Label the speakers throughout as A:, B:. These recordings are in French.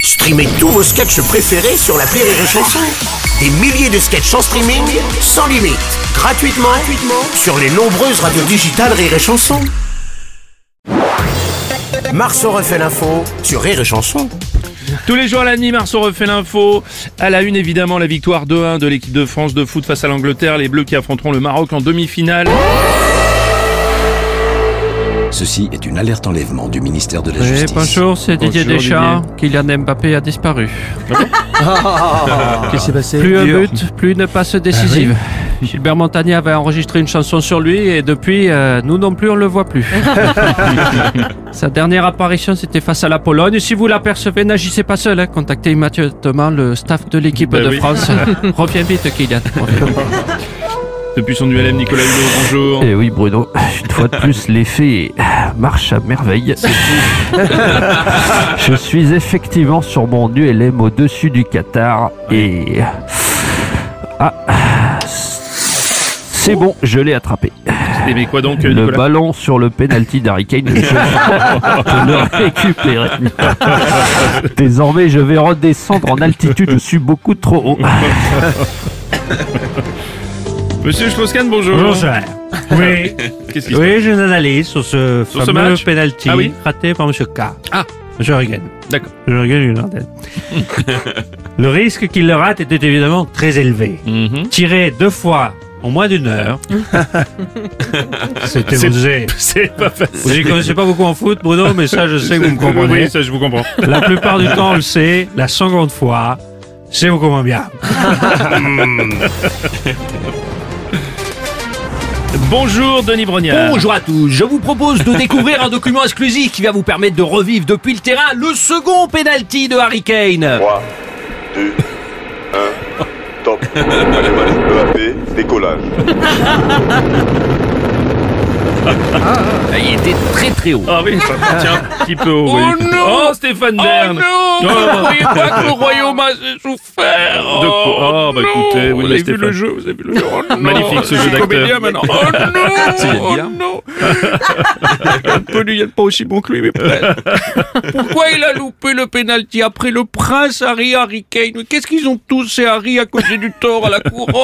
A: Streamez tous vos sketchs préférés sur la Rire et Chanson. Des milliers de sketchs en streaming, sans limite, gratuitement, gratuitement sur les nombreuses radios digitales Rire et Chanson. Marceau refait l'info sur Rire et Chanson.
B: Tous les jours à la nuit, Marceau refait l'info. À la une, évidemment, la victoire 2-1 de l'équipe de France de foot face à l'Angleterre. Les Bleus qui affronteront le Maroc en demi-finale.
C: Ceci est une alerte enlèvement du ministère de la
D: Oui,
C: Justice.
D: bonjour, c'est Didier Ah
B: Bonjour,
D: Deschamps. Kylian Mbappé a disparu.
E: Qu'est-ce qui s'est passé Ah
D: Plus un but, plus une passe décisive. Gilbert Montagné avait enregistré une chanson sur lui et depuis, euh, nous non plus, on le voit plus. Sa dernière apparition, c'était face à la Pologne. Si vous l'apercevez, n'agissez pas seul. hein. Contactez immédiatement le staff de l'équipe
B: Ben
D: de
B: oui.
D: France. Reviens vite, Kylian.
B: Depuis son ULM, Nicolas Hulot, bonjour.
D: oui, Bruno, une fois de plus, l'effet marche à merveille.
F: Je suis effectivement sur mon ULM au-dessus du Qatar et... Ah C'est bon, je l'ai attrapé.
B: Et mais quoi donc, euh,
F: Le
B: Nicolas
F: ballon sur le penalty d'Harry Kane, je peux le récupérer. Désormais, je vais redescendre en altitude, je suis beaucoup trop haut.
B: Monsieur Schloskan, bonjour.
E: Bonjour, c'est vrai. Oui,
B: Qu'est-ce qui se
E: oui j'ai une analyse sur ce
B: Sur ce
E: fameux
B: match
E: penalty
B: Ah oui
E: raté par Monsieur K.
B: Ah.
E: Je regagne.
B: passe D'accord.
E: Je regagne une antenne. le risque qu'il le rate était évidemment très élevé.
B: Mhm.
E: Tirer deux fois en moins d'une heure, c'était
B: C'est-
E: osé.
B: C'est pas facile.
E: Vous y connaissez pas beaucoup en foot, Bruno, mais ça, je sais que vous me comprenez.
B: Oui, ça, je vous comprends.
E: La plupart du temps, on le sait. La seconde fois, c'est beaucoup moins bien.
B: Bonjour, Denis Brognard.
G: Bonjour à tous, je vous propose de découvrir un document exclusif qui va vous permettre de revivre depuis le terrain le second penalty de Harry Kane.
H: 3, 2, 1, top. Allez, allez, Mbappé, décollage.
G: Il était très très haut.
B: Ah oui, ça- tiens, un petit peu haut. oui.
D: Oh non Oh
B: Oh, Stéphane Bern
D: non
B: Non.
D: croyez pas que le royaume a souffert
B: De quoi Oh, bah écoutez, oui, mais Stéphane.
D: jeu, vous avez vu le jeu. Oh non,
B: Magnifique, ce
D: je
B: jeu
D: suis
B: d'acteur.
D: comédien maintenant. Oh
B: Ah,
D: non Oh non Connu, il n'est pas aussi bon que lui, mais peut-être. Pourquoi il a loupé le penalty après le prince Harry, Harry Kane Mais Qu'est-ce qu'ils ont tous, ces Harry, à causer du tort à la couronne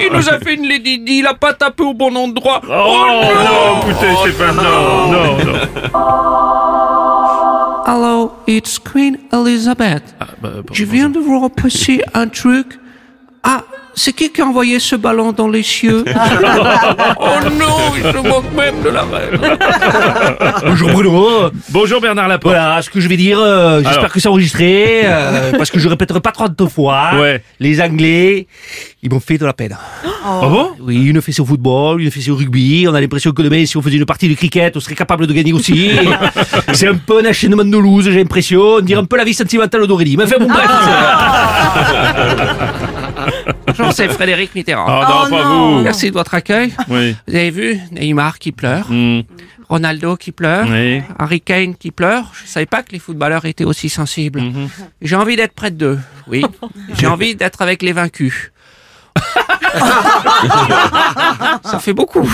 D: Il nous a fait une Lady Di, il a pas tapé au bon endroit.
B: Oh, non,
D: Oh
B: écoutez, Stéphane, non, non, non.
I: Hello, it's Queen Elizabeth. Je viens de vous repasser un truc. Ah, c'est qui qui a envoyé ce ballon dans les cieux
D: Oh non, il se moque même de la reine.
G: Bonjour Bruno.
B: Bonjour, Bernard Laporte.
G: Voilà ce que je vais dire, euh, j'espère
B: Alors.
G: que c'est enregistré, euh, parce que je répéterai pas 32 fois.
B: Ouais.
G: Les Anglais, ils m'ont fait de la peine.
B: Ah bon
G: Oui, une fessée au football, une fessée au rugby. On a l'impression que demain, si on faisait une partie de cricket, on serait capable de gagner aussi. c'est un peu un enchaînement de loose, j'ai l'impression. On dirait un peu la vie sentimentale d'Aurélie. Mais enfin, bon, bref.
D: Bonjour, c'est Frédéric Mitterrand.
B: Ah non, pas vous.
D: Merci de votre accueil.
B: Oui.
D: Vous avez vu Neymar qui pleure,
E: Mm.
B: Hmm.
D: Ronaldo qui pleure,
B: Oui.
D: Harry Kane qui pleure. Je savais pas que les footballeurs étaient aussi sensibles. J'ai envie d'être près d'eux. Oui. J'ai envie d'être avec les vaincus. Ça fait beaucoup.